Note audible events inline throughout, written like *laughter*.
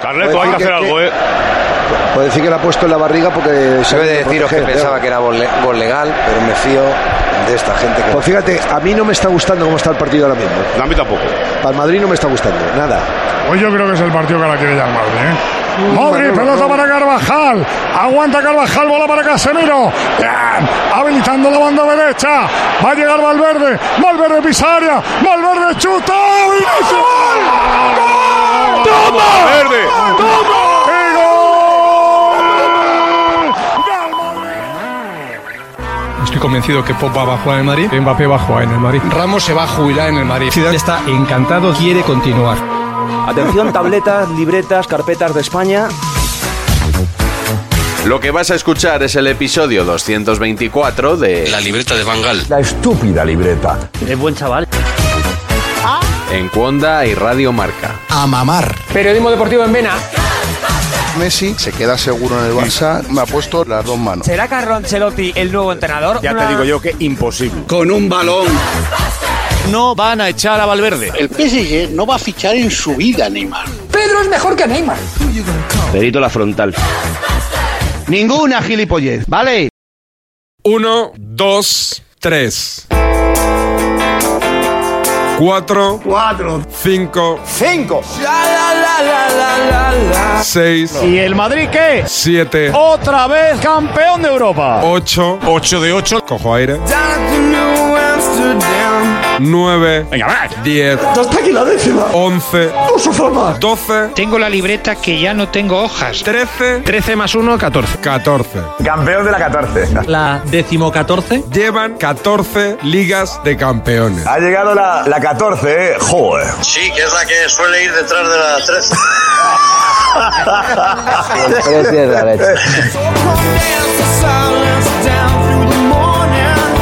Carleto, hay que hacer algo, ¿eh? Puedo decir que la ha puesto en la barriga porque Yo he querido de deciros que proteger, pensaba claro. que era gol, le- gol legal, pero me fío de esta gente que... Pues fíjate, a mí no me está gustando cómo está el partido ahora mismo. A mí tampoco. Para el Madrid no me está gustando, nada. Hoy Pues yo creo que es el partido que la quiere ya el Madrid, ¿eh? Modric, Manolo, pelota no. para Carvajal. Aguanta Carvajal, bola para Casemiro. Bien, habilitando la banda derecha. Va a llegar Valverde. Valverde pisa área. Valverde chuta. ¡Vinicius! ¡Gol! ¡Toma! Verde. ¡Y gol! ¡Del Madrid! Estoy convencido que Pogba va a jugar en el Madrid, Mbappé va a jugar en el Madrid, Ramos se va a jubilar en el Madrid. Ciudad está encantado, quiere continuar. Atención, tabletas, libretas, carpetas de España. Lo que vas a escuchar es el episodio 224 de La libreta de Bangal La estúpida libreta. Es buen chaval. Ah. en Cuonda y Radio Marca. A mamar. Periodismo deportivo en Vena. Messi se queda seguro en el Barça. Me ha puesto las dos manos. ¿Será Carlo Ancelotti el nuevo entrenador? Ya te digo yo que imposible. Con un balón. No van a echar a Valverde. El PSG no va a fichar en su vida, Neymar. Perito la frontal. Ninguna gilipollez, ¿vale? Uno, dos, tres. Cuatro. Cuatro. Cinco. Cinco. Seis. ¿Y el Madrid qué? Siete. Otra vez campeón de Europa. Ocho. Ocho de ocho. Cojo aire. Nueve. Venga, va. Diez. Hasta aquí la décima. Once. Por su forma. Doce. Tengo la libreta que ya no tengo hojas. Trece. Trece más uno, catorce. Catorce. Campeón de la 14. La decimocatorce. Llevan 14 ligas de campeones. Ha llegado la, la 14, eh. Joder. Sí, que es la que suele ir detrás de la 13.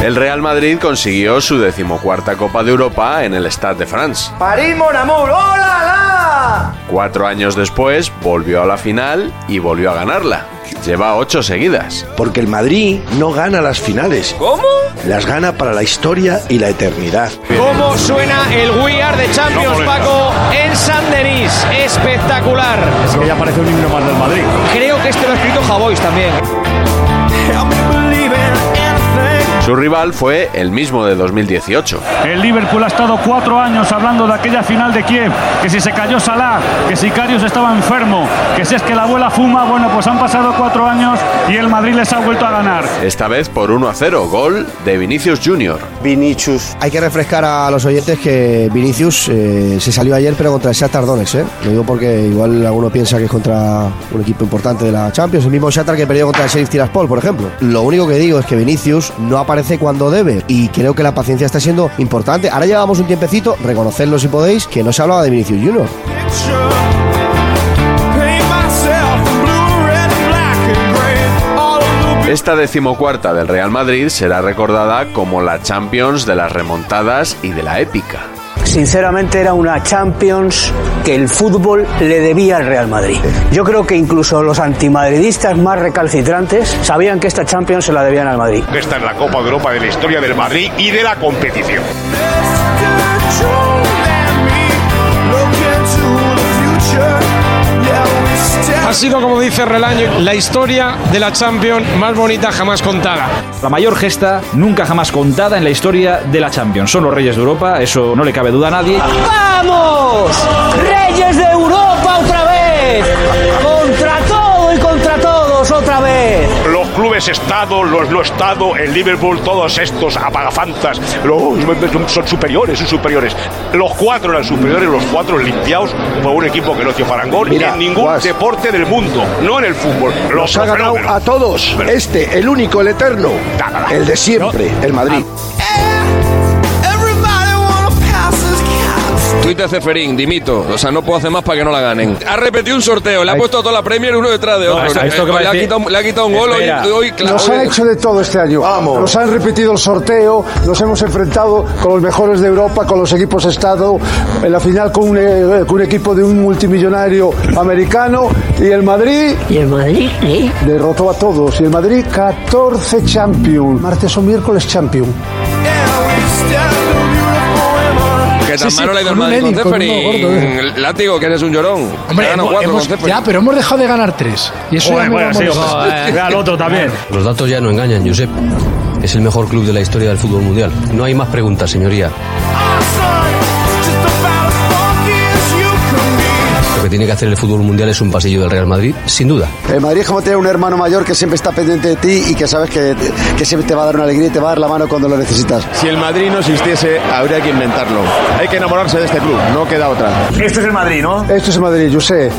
El Real Madrid consiguió su decimocuarta Copa de Europa en el Stade de France. París, mon amour. ¡Hola, Cuatro años después volvió a la final y volvió a ganarla. Lleva ocho seguidas. Porque el Madrid no gana las finales. ¿Cómo? Las gana para la historia y la eternidad. ¿Cómo suena el We Are de Champions, No molesta. Paco, en San Denis? Espectacular. Es que ya parece un himno más del Madrid. Creo que esto lo ha escrito Javois también. Su rival fue el mismo de 2018. El Liverpool ha estado cuatro años hablando de aquella final de Kiev, que si se cayó Salah, que si Karius estaba enfermo, que si es que la abuela fuma, bueno, pues han pasado cuatro años y el Madrid les ha vuelto a ganar. Esta vez por 1 a 0, gol de Vinicius Jr. Vinicius. Hay que refrescar a los oyentes que Vinicius eh, se salió ayer, pero contra el Shakhtar Donetsk. ¿eh? Lo digo porque igual alguno piensa que es contra un equipo importante de la Champions. El mismo Shakhtar que perdió contra el Sheriff Tiraspol, por ejemplo. Lo único que digo es que Vinicius no aparece cuando debe. Y creo que la paciencia está siendo importante. Ahora llevamos un tiempecito, reconocerlo si podéis, que no se hablaba de Vinicius Junior. Esta decimocuarta del Real Madrid será recordada como la Champions de las remontadas y de la épica. Sinceramente era una Champions que el fútbol le debía al Real Madrid. Yo creo que incluso los antimadridistas más recalcitrantes sabían que esta Champions se la debían al Madrid. Esta es la Copa de Europa de la historia del Madrid y de la competición. Ha sido, como dice Relaño, la historia de la Champions más bonita jamás contada. La mayor gesta nunca jamás contada en la historia de la Champions. Son los reyes de Europa, eso no le cabe duda a nadie. ¡Vamos! jugadores estado, los no estado, el Liverpool, todos estos apagafantas, los, son superiores, son superiores. Los cuatro eran superiores, los cuatro limpiados por un equipo que no hizo parangón Mira, en ningún Guas. deporte del mundo, no en el fútbol. Los ha ganado fenómenos. a todos. Este, el único, el eterno. El de siempre, el Madrid. Twitter Ceferín, dimito. O sea, no puedo hacer más para que no la ganen. Ha repetido un sorteo, le ha puesto a toda la Premier uno detrás de otro. No, esto- O sea, esto que le, ha parece- quitado, un- le ha quitado un gol hoy. Espera. hoy, cla- Los Nos hoy- han hecho de todo este año. Nos han repetido el sorteo, nos hemos enfrentado con los mejores de Europa, con los equipos Estado, en la final con un, eh, con un equipo de un multimillonario americano y el Madrid. ¿Y el Madrid Derrotó a todos. Y el Madrid 14 Champions. Martes o miércoles Champions. Que tan Sí, sí, malo le ha ido al con un Madrid con médico, Ceferín. no, gordo, Látigo, que eres un llorón. Hombre, Te gano hemos- cuatro hemos- con Ceferín. ya, pero hemos dejado de ganar tres. Y eso ya me da molestia. *laughs* Los datos ya no engañan, Josep. Es el mejor club de la historia del fútbol mundial. No hay más preguntas, señoría. Lo que tiene que hacer el fútbol mundial es un pasillo del Real Madrid, sin duda. El Eh, Madrid es como tener un hermano mayor que siempre está pendiente de ti y que sabes que, que siempre te va a dar una alegría y te va a dar la mano cuando lo necesitas. Si el Madrid no existiese, habría que inventarlo. Hay que enamorarse de este club, no queda otra. Este es el Madrid, ¿no? Esto es el Madrid, yo sé.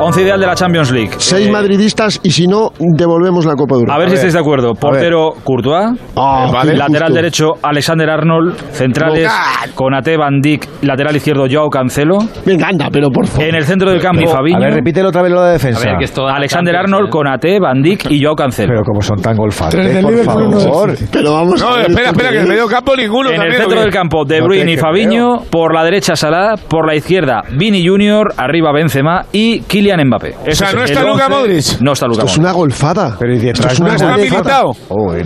Once ideal de la Champions League. Eh, Seis madridistas y si no, devolvemos la Copa Ah, de Europa. A ver Eh, si estáis de acuerdo. Portero Courtois. vale. Lateral Justo. derecho Alexander Arnold. Centrales Bogar. Conate, Van Dijk. Lateral izquierdo Joao Cancelo. Me encanta, pero por favor. En el centro del campo Pero, Fabinho. A ver, repítelo otra vez lo de defensa. Alexander Arnold, Conate, Van Dijk y Joao Cancelo. Pero como son tan golfantes, Tres del por Liverpool, uno del favor. City. Pero vamos No, espera, espera, que en el medio campo ninguno En el centro del campo, De Bruyne y Fabiño, por la derecha Salah, por la izquierda Vini Junior, arriba Benzema y Kylian Mbappé. O sea, Ese ¿no es está el Luka once. Modric? No está Luka Esto es Modric. Una golfada. Pero Esto es una ¿Está golfada. militado?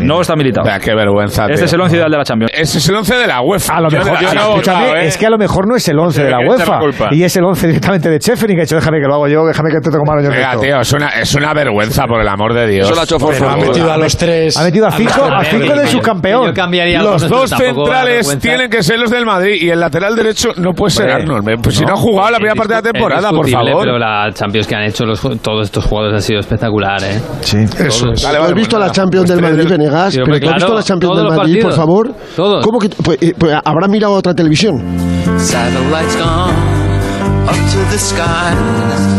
No está militado. qué vergüenza. Este tío. es el once ideal de la Champions. Ese es el 11 de la UEFA. A lo Yo mejor, no- yo sí, no he escúchame, votado, ¿eh? es que a lo mejor no es el 11 de la Tiene que echar UEFA. la culpa. Y es el 11 directamente de Chefering, que ha dicho, déjame que lo hago yo, déjame que te tomo yo. Venga, que esto". tío, es una, es una vergüenza, por el amor de Dios. Eso lo ha hecho Pero Forfar. ha metido a los tres. Ha metido a cinco- a cinco de sus campeón. Yo cambiaría Los algunos, dos pero tampoco centrales vergüenza. tienen que ser los del Madrid y el lateral derecho no puede ser Arnold. Me- pues si no ha jugado la primera parte de la temporada, por Indiscutible, favor. Pero la Champions que han hecho los, ju- todos estos jugadores han sido espectacular, ¿eh? Sí, eso ¿Tú has visto la Champions del Madrid, Venegas? Sí, ¿Pero hombre, tú has claro, visto la Champions todos del los Madrid, por partidos. favor? Todos. ¿Cómo que pues, eh, pues, habrá mirado otra televisión?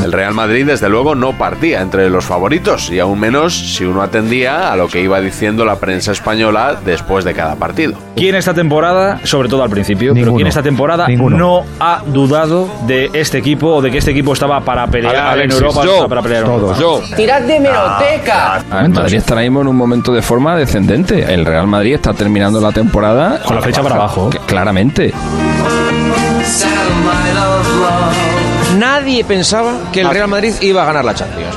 El Real Madrid, desde luego, no partía entre los favoritos y aún menos si uno atendía a lo que iba diciendo la prensa española después de cada partido. ¿Quién esta temporada, sobre todo al principio, pero quién esta temporada Ninguno. no ha dudado de este equipo o de que este equipo estaba para pelear Alexis, en Europa? yo, estaba para pelear en Europa? Tirad de meroteca. El Madrid está ahora mismo en un momento de forma descendente. El Real Madrid está terminando la temporada con la fecha para abajo. Claramente. Nadie pensaba que el Real Madrid iba a ganar la Champions.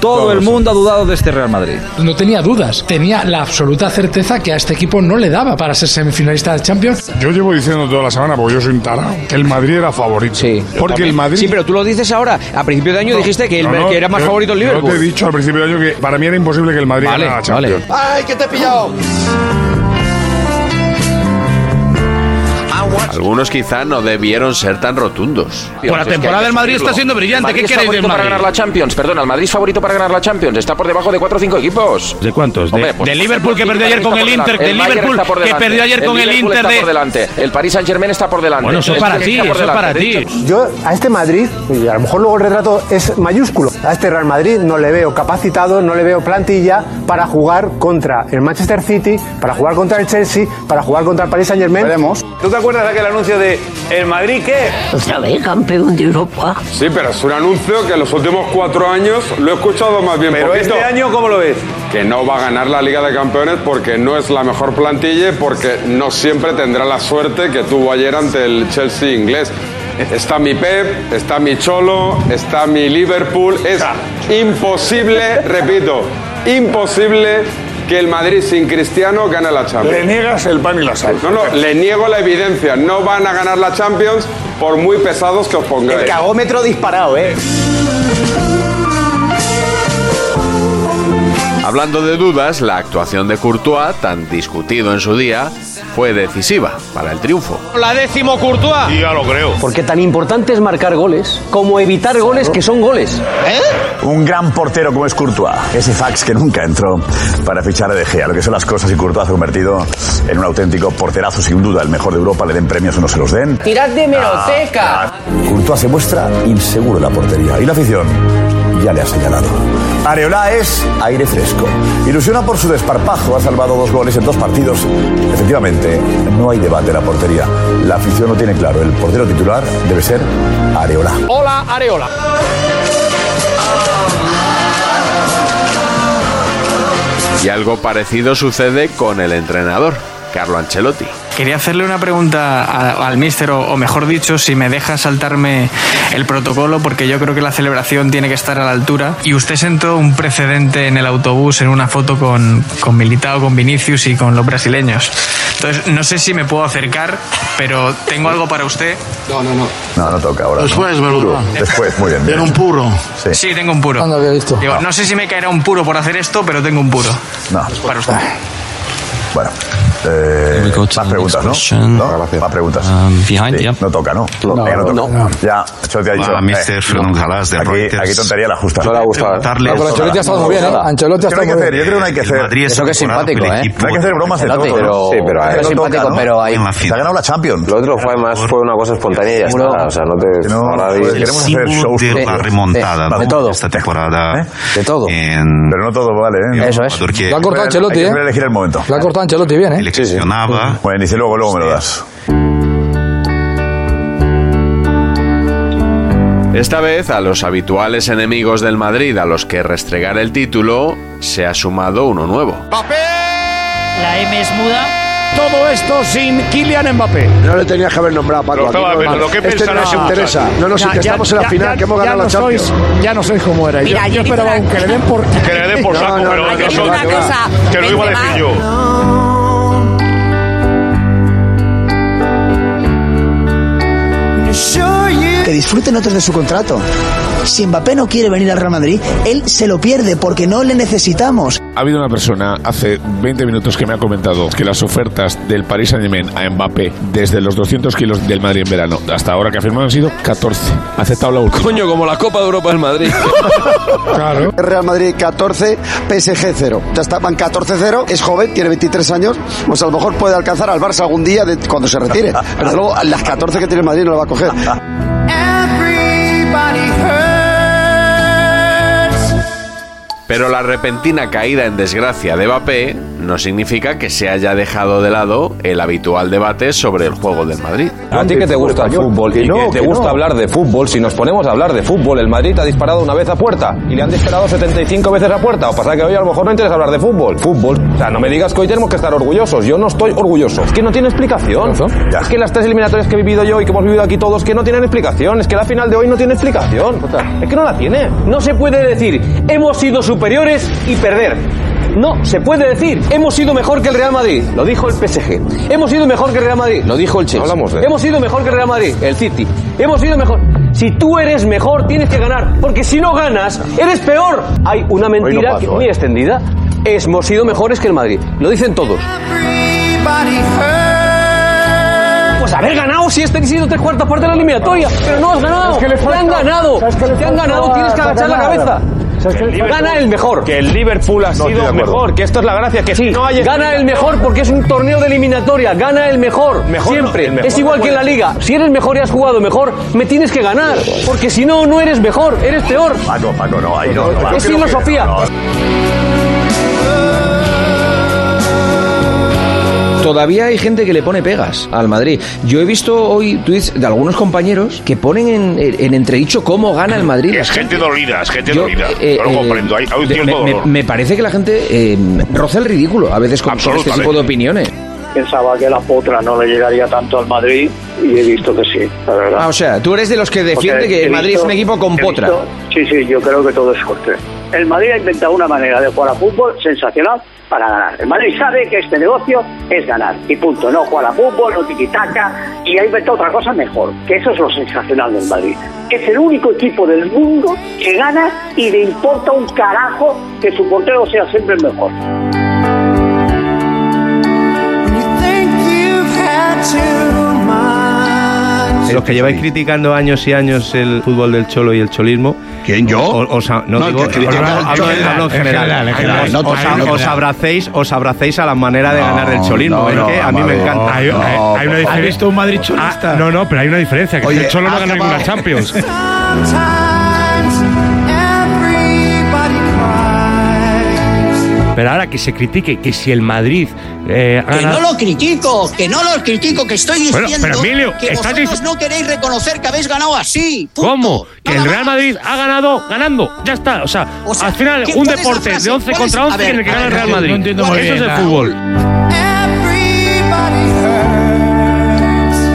Todo el mundo ha dudado de este Real Madrid. No tenía dudas, tenía la absoluta certeza que a este equipo no le daba para ser semifinalista de Champions. Yo llevo diciendo toda la semana, porque yo soy un tarao, que el Madrid era favorito. Sí. Porque el Madrid... Sí, pero tú lo dices ahora. A principio de año dijiste que, el, No, no, que era más yo- favorito el Liverpool. Yo te he dicho al principio del año que para mí era imposible que el Madrid Vale, ganara la Champions. Ah, ¡Ay, que te he pillado! Algunos quizá no debieron ser tan rotundos. Pues la temporada del Madrid está siendo brillante. ¿Qué queréis del favorito para Madrid? ganar la Champions? Perdona, el Madrid es favorito para ganar la Champions. Está por debajo de 4 o 5 equipos. ¿De cuántos? Hombre, pues, del Liverpool que perdió ayer está con por el delante. Inter. Del Bayern Liverpool está por que delante. perdió ayer con el Liverpool Inter está de. por delante. El Paris Saint-Germain está por delante. Bueno, eso es El para Chelsea ti, está por eso es delante. para De hecho, Yo a este Madrid, y a lo mejor luego el retrato es mayúsculo, a este Real Madrid no le veo capacitado, no le veo plantilla para jugar contra el Manchester City, para jugar contra el Chelsea, para jugar contra el Paris Saint Germain. ¿Tú te acuerdas de aquel anuncio de ¿El Madrid qué? Otra vez campeón de Europa. Sí, pero es un anuncio que en los últimos cuatro años lo he escuchado más bien Pero poquito. este año, ¿cómo lo ves? Que no va a ganar la Liga de Campeones porque no es la mejor plantilla y porque no siempre tendrá la suerte que tuvo ayer ante el Chelsea inglés. Está mi Pep, está mi Cholo, está mi Liverpool. Es imposible, repito, imposible que el Madrid sin Cristiano gane la Champions. Le niegas el pan y la sal. No, no, le niego la evidencia. No van a ganar la Champions por muy pesados que os pongáis. El cagómetro disparado, ¿eh? Hablando de dudas, la actuación de Courtois, tan discutido en su día, fue decisiva para el triunfo. La décimo Courtois. ya lo creo. Porque tan importante es marcar goles como evitar goles que son goles. ¿Eh? Un gran portero como es Courtois, ese fax que nunca entró para fichar a De Gea, lo que son las cosas y Courtois se ha convertido en un auténtico porterazo sin duda, el mejor de Europa, le den premios o no se los den. Ah, Tirad de meroteca. Courtois se muestra inseguro en la portería y la afición ya le ha señalado. Areola es aire fresco. Ilusiona por su desparpajo, ha salvado dos goles en dos partidos. Efectivamente, no hay debate en la portería. La afición lo tiene claro, el portero titular debe ser Areola. Hola, Areola. Y algo parecido sucede con el entrenador, Carlo Ancelotti. Quería hacerle una pregunta a- al míster, o, o mejor dicho, si me deja saltarme el protocolo, porque yo creo que la celebración tiene que estar a la altura. Y usted sentó un precedente en el autobús, en una foto con, con Militao, con Vinicius y con los brasileños. Entonces, no sé si me puedo acercar, pero tengo algo para usted. No, no, no. No, no toca ahora. ¿no? Después, ¿verdad? Puro. Después, muy bien. Era un puro. Sí. Sí, tengo un puro. Digo, no sé si me caerá un puro por hacer esto, pero tengo un puro. No. Para usted. Bueno. eh, más preguntas, ¿no? ¿No? Más preguntas. Sí, No toca, ¿no? Lo- No, ya no, no, toca. no. Ya, eso te ha dicho. Ah, Mr. Fernando Galás de aquí, Reuters. aquí tontería la justa. No le ha gustado. No, pero Ancelotti ha estado muy bien, ¿eh? Ancelotti ha Yo creo que estado muy hacer, bien. Yo creo que no hay que El hacer. Madrid es Eso que es mejorado, simpático, pero el ¿eh? equipo- No hay que hacer bromas de todo. Ancelotti, ¿no? pero- Sí, pero- No es toca, simpático, ¿no? pero hay- En la final. Se ha ganado la Champions. Lo otro fue más fue una cosa espontánea y ya está. O sea, no te. No, ahora pues, di- queremos hacer shows de la propios. remontada Sí, de, de todo. esta temporada. De todo. Pero no todo vale, ¿eh? Eso es. Porque- Lo ha cortado Hay que Ancelotti, ¿eh? elegir el momento. La ha cortado Ancelotti bien, ¿eh? Ah, Bueno, dice luego, luego me lo das. Esta vez a los habituales enemigos del Madrid a los que restregar el título se ha sumado uno nuevo. La M es muda. Todo esto sin Kylian Mbappé. No le tenías que haber nombrado, Paco. Lo estaba aquí no- viendo, ¿lo que este no pensará nos ese interesa. muchacho? No nos Ya, interesa. ya, Estamos en la ya, final que hemos ya ganado la no sois- Champions. ya no sois como era. Mira, yo, yo ayer esperaba hizo un que le den por... Que le den por saco, No, no, pero no, que no, son- no, no. que lo iba a decir yo. Que disfruten otros de su contrato. Si Mbappé no quiere venir al Real Madrid, él se lo pierde porque no le necesitamos. Ha habido una persona hace 20 minutos que me ha comentado que las ofertas del Paris Saint-Germain a Mbappé desde los 200 kilos del Madrid en verano hasta ahora que ha firmado han sido 14. Ha aceptado la última. Coño, como la Copa de Europa del *laughs* Madrid. Real Madrid 14, PSG 0. Ya estaban 14-0, es joven, tiene 23 años, pues a lo mejor puede alcanzar al Barça algún día de- cuando se retire. Pero luego a las 14 que tiene el Madrid no la va a coger. Pero la repentina caída en desgracia de Mbappé no significa que se haya dejado de lado el habitual debate sobre el juego del Madrid. A ti que te gusta el fútbol y que te gusta hablar de fútbol, si nos ponemos a hablar de fútbol, el Madrid te ha disparado una vez a puerta y le han disparado 75 veces a puerta. O pasa que hoy a lo mejor no interesa hablar de fútbol. Fútbol. O sea, no me digas que hoy tenemos que estar orgullosos. Yo no estoy orgulloso. Es que no tiene explicación. Es que las tres eliminatorias que he vivido yo y que hemos vivido aquí todos, que no tienen explicación. Es que la final de hoy no tiene explicación. Es que no la tiene. No se puede decir, hemos sido superiores y perder. No, se puede decir, hemos sido mejor que el Real Madrid, lo dijo el PSG. Hemos sido mejor que el Real Madrid, lo dijo el Chelsea. Hemos sido mejor que el Real Madrid, el City. Hemos sido mejor. Si tú eres mejor, tienes que ganar, porque si no ganas, eres peor. Hay una mentira paso, ¿eh? que- muy extendida. Hemos sido mejores que el Madrid, lo dicen todos. Pues haber ganado si este sido tres cuartas partes de la eliminatoria, pero no has ganado. ¿Sabes qué le Te han falta? ganado, ¿Sabes qué le te han falta ganado, tienes que para agachar la ganar? cabeza. ¿Sabes qué le falta? Gana el mejor. Que el Liverpool ha sido mejor, que esto es la gracia, que Sí, no hay gana el mejor porque es un torneo de eliminatoria. Gana el mejor, Mejor no, siempre. el mejor es igual no que en la puede liga. Si eres mejor y has jugado mejor, me tienes que ganar. Porque si no, no eres mejor, eres peor. Ah, Paco, Paco, no, ahí no. no, Paco. Es filosofía. Todavía hay gente que le pone pegas al Madrid. Yo he visto hoy tweets de algunos compañeros que ponen en, en entredicho cómo gana el Madrid. Es gente dolida, es gente Yo, dolida. eh, Yo lo eh, comprendo. Hay, hay un de- cierto me, me- dolor. me parece que la gente eh, roza el ridículo a veces con, con este tipo de Absolutamente. opiniones. Pensaba que la potra no le llegaría tanto al Madrid y he visto que sí, la verdad. Ah, o sea, tú eres de los que defiende Porque que el he Madrid es visto- un equipo con he potra. visto- sí, sí, yo creo que todo es corte. El Madrid ha inventado una manera de jugar a fútbol sensacional para ganar. El Madrid sabe que este negocio es ganar y punto. No jugar a fútbol, no tiquitaca y ha inventado otra cosa mejor, que eso es lo sensacional del Madrid. Es el único equipo del mundo que gana y le importa un carajo que su portero sea siempre el mejor. Los que lleváis criticando años y años el fútbol del cholo y el cholismo. ¿Quién yo? no, No, digo, el que critica hablo- al hablo- cholo. hablo en En general, general. en general. Os- No, os- no, no. Os abracéis, os abracéis a la manera de ganar del cholismo. no, es no, que a mí me Amado, encanta. Hay- no, hay- hay una por diferencia. favor. un Ah, Madrid cholista? ah, no, no, pero hay una diferencia. que Oye, el Cholo no Eh, ha gana acabado. ninguna *laughs* Champions. Pero ahora que se critique que si el Madrid eh, Que gana- no lo critico, que no lo critico, que estoy Bueno, diciendo pero, Emilio, que estás vosotros no queréis reconocer que habéis ganado así. punto. ¿Cómo? Que el Real Madrid ha ganado ganando. Ya está. O sea, O sea, al final, ¿qué- un cuál es la deporte frase? de 11 ¿Cuál es- contra a 11 ver, en el que a gana el ver, Real no Madrid. entiendo muy Eso es bien, el ¿no? fútbol.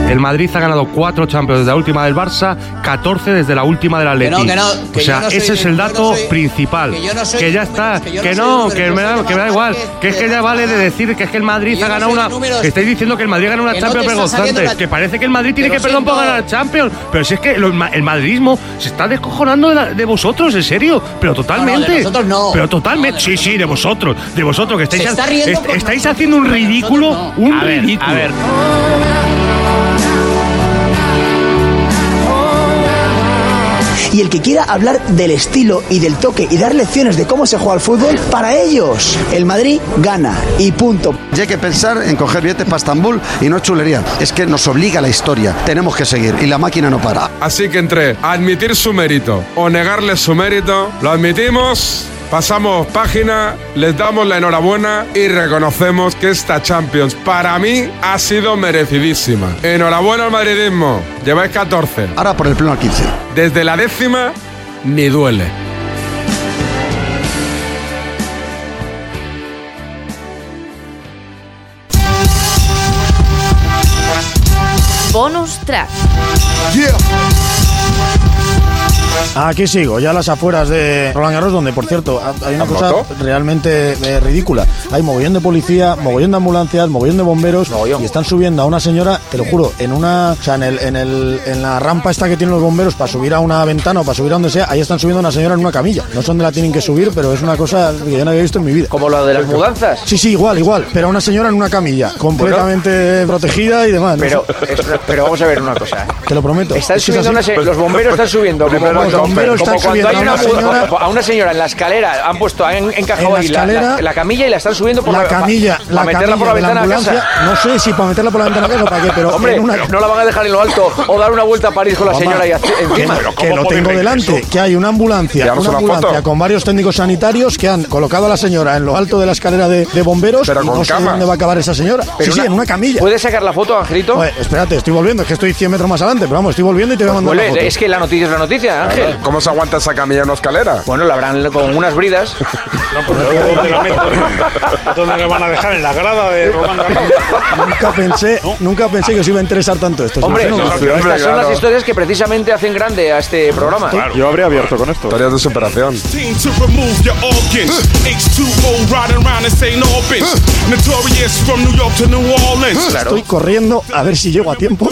El Madrid ha ganado cuatro Champions desde la última del Barça, 14 desde la última del Atleti. no, que no, que o sea, yo no soy ese es el ningún- dato principal. que yo no soy ya números, está, que que, yo no soy no, números, que, yo me da, soy que me da más igual, que- que es que ya vale de decir que es que el Madrid Yo ha no ganado soy una números, que estáis diciendo que el Madrid ha ganado una que no te Champions está saliendo vergonzante, la- que parece que el Madrid tiene Te que lo perdón por siento. ganar la Champions, pero si es que lo- el madridismo se está descojonando de, la- de vosotros, en serio, pero totalmente. nosotros no. Pero totalmente, sí, sí, de vosotros, de vosotros que estáis Se está riendo est- por estáis haciendo un ridículo, un A ver, a ridículo. ver. Y el que quiera hablar del estilo y del toque y dar lecciones de cómo se juega al fútbol, para ellos el Madrid gana y punto. Y hay que pensar en coger billetes para Estambul y no es chulería. Es que nos obliga la historia. Tenemos que seguir y la máquina no para. Así que entre admitir su mérito o negarle su mérito, lo admitimos, pasamos página, les damos la enhorabuena y reconocemos que esta Champions para mí ha sido merecidísima. Enhorabuena al madridismo, lleváis 14. Ahora por el pleno al 15. Desde la décima, ni duele. Bonus track. Aquí sigo, ya a las afueras de Roland Garros, donde por cierto ha- hay una ¿Han cosa roto? realmente eh, ridícula. Hay mogollón de policía, mogollón de ambulancias, mogollón de bomberos y están subiendo a una señora, te lo juro, en una, o sea, en, el, en, el, en la rampa esta que tienen los bomberos para subir a una ventana o para subir a donde sea, ahí están subiendo a una señora en una camilla. No sé dónde la tienen que subir, pero es una cosa que yo no había visto en mi vida. Como lo de las mudanzas. Sí, sí, igual, igual, pero a una señora en una camilla, completamente protegida y demás. no Pero, sé. es- pero vamos a ver una cosa. te lo prometo. Están es que es subiendo así. una se- los bomberos están subiendo. Como Los cuando, bomberos como están cuando subiendo hay a una una muda- señora- a una señora en la escalera han puesto, han encajado En la ahí la, la- escalera- la camilla y la están subiendo por la la camilla, pa- la pa meterla camilla por la de la ventana a ambulancia, casa. no sé si para meterla por la ventana a casa o para qué, *laughs* pero Hombre, en una no la van a dejar en lo alto o dar una vuelta a París con la Mamá, señora y hacia- que- encima. que, lo tengo delante, que hay una ambulancia, Llevarnos una una foto. ambulancia con varios técnicos sanitarios que han colocado a la señora en lo alto de la escalera de, de bomberos y con no sé cama. dónde va a acabar esa señora. Pero sí, sí, en una camilla. ¿Puedes sacar la foto, Angelito? Oye, espérate, estoy volviendo, es que estoy 100 metros más adelante, pero vamos, estoy volviendo y te voy a mandar Pues Huele- la foto. es que la noticia es la noticia, Ángel. ¿Cómo se aguanta esa camilla en una Ah. escalera? Bueno, la habrán con unas bridas. *laughs* ¿Dónde lo van a dejar? En la grada de Román Nunca pensé, nunca pensé que os iba a interesar tanto esto. Hombre, No, no, no. estas son las historias que precisamente hacen grande a este programa. Yo habría abierto con esto. Historias de superación. Team to remove your organs. H2O riding around in St. Albans. Notorious from New York to New Orleans. Estoy corriendo a ver si llego a tiempo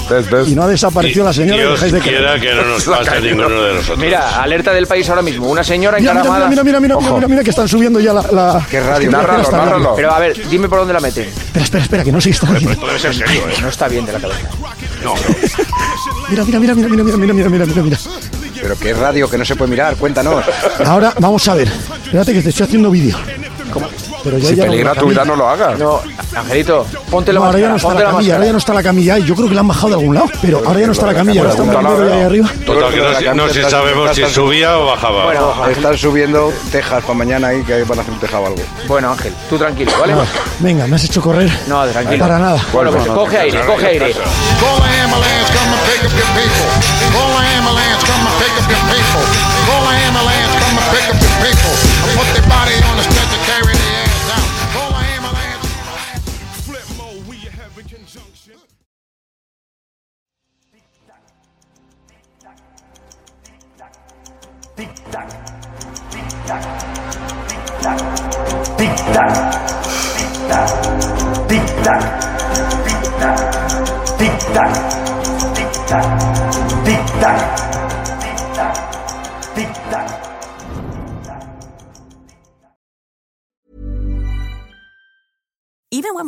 y no ha desaparecido la señora. y Dios dejáis de quiera creer. que no *laughs* nos pase a ninguno de nosotros. Mira, alerta del país ahora mismo. Una señora Mira, mira, encaramada. mira, mira, mira, mira, Ojo. mira, mira, que están subiendo ya la. la... Qué radio. Hostia, mira, está bien. Pero a ver, dime por dónde la meten. Espera, espera, espera, que no sé qué está Esto debe ser serio, No está bien de la cabeza. Mira, mira, mira, mira, mira, mira, mira, mira, mira, mira, mira. Pero qué radio que no se puede mirar, cuéntanos. Ahora vamos a ver. Espérate que te estoy haciendo vídeo. Pero ya, Si ya no peligra la tu vida, camilla. no lo hagas. No, Angelito, ponte la No, ahora máscara. ya no está ponte la la camilla, ahora ya no está la camilla. Ay, Yo creo que la han bajado de algún lado, pero ahora ya no está la camilla, ahora está el Apuntala, primero y ahí arriba. Total, que no si- no si sabemos si subía o bajaba. Bueno, están subiendo tejas para mañana ahí que van a hacer un tejado o algo. Bueno, Ángel, tú tranquilo, ¿vale? No, venga, me has hecho correr. No, tranquilo. Para nada. Bueno, pues coge aire, coge aire. Call an ambulance, come and pick up your people. Call an ambulance, come and pick up your people. Call an ambulance, come and pick up your people. I put their body on the stretcher, carry their ass out. Call an ambulance. Tic tac, tac, tic tac, tic tac, tic tac, tic tac, tic tac, tic tac, tic tac. Even when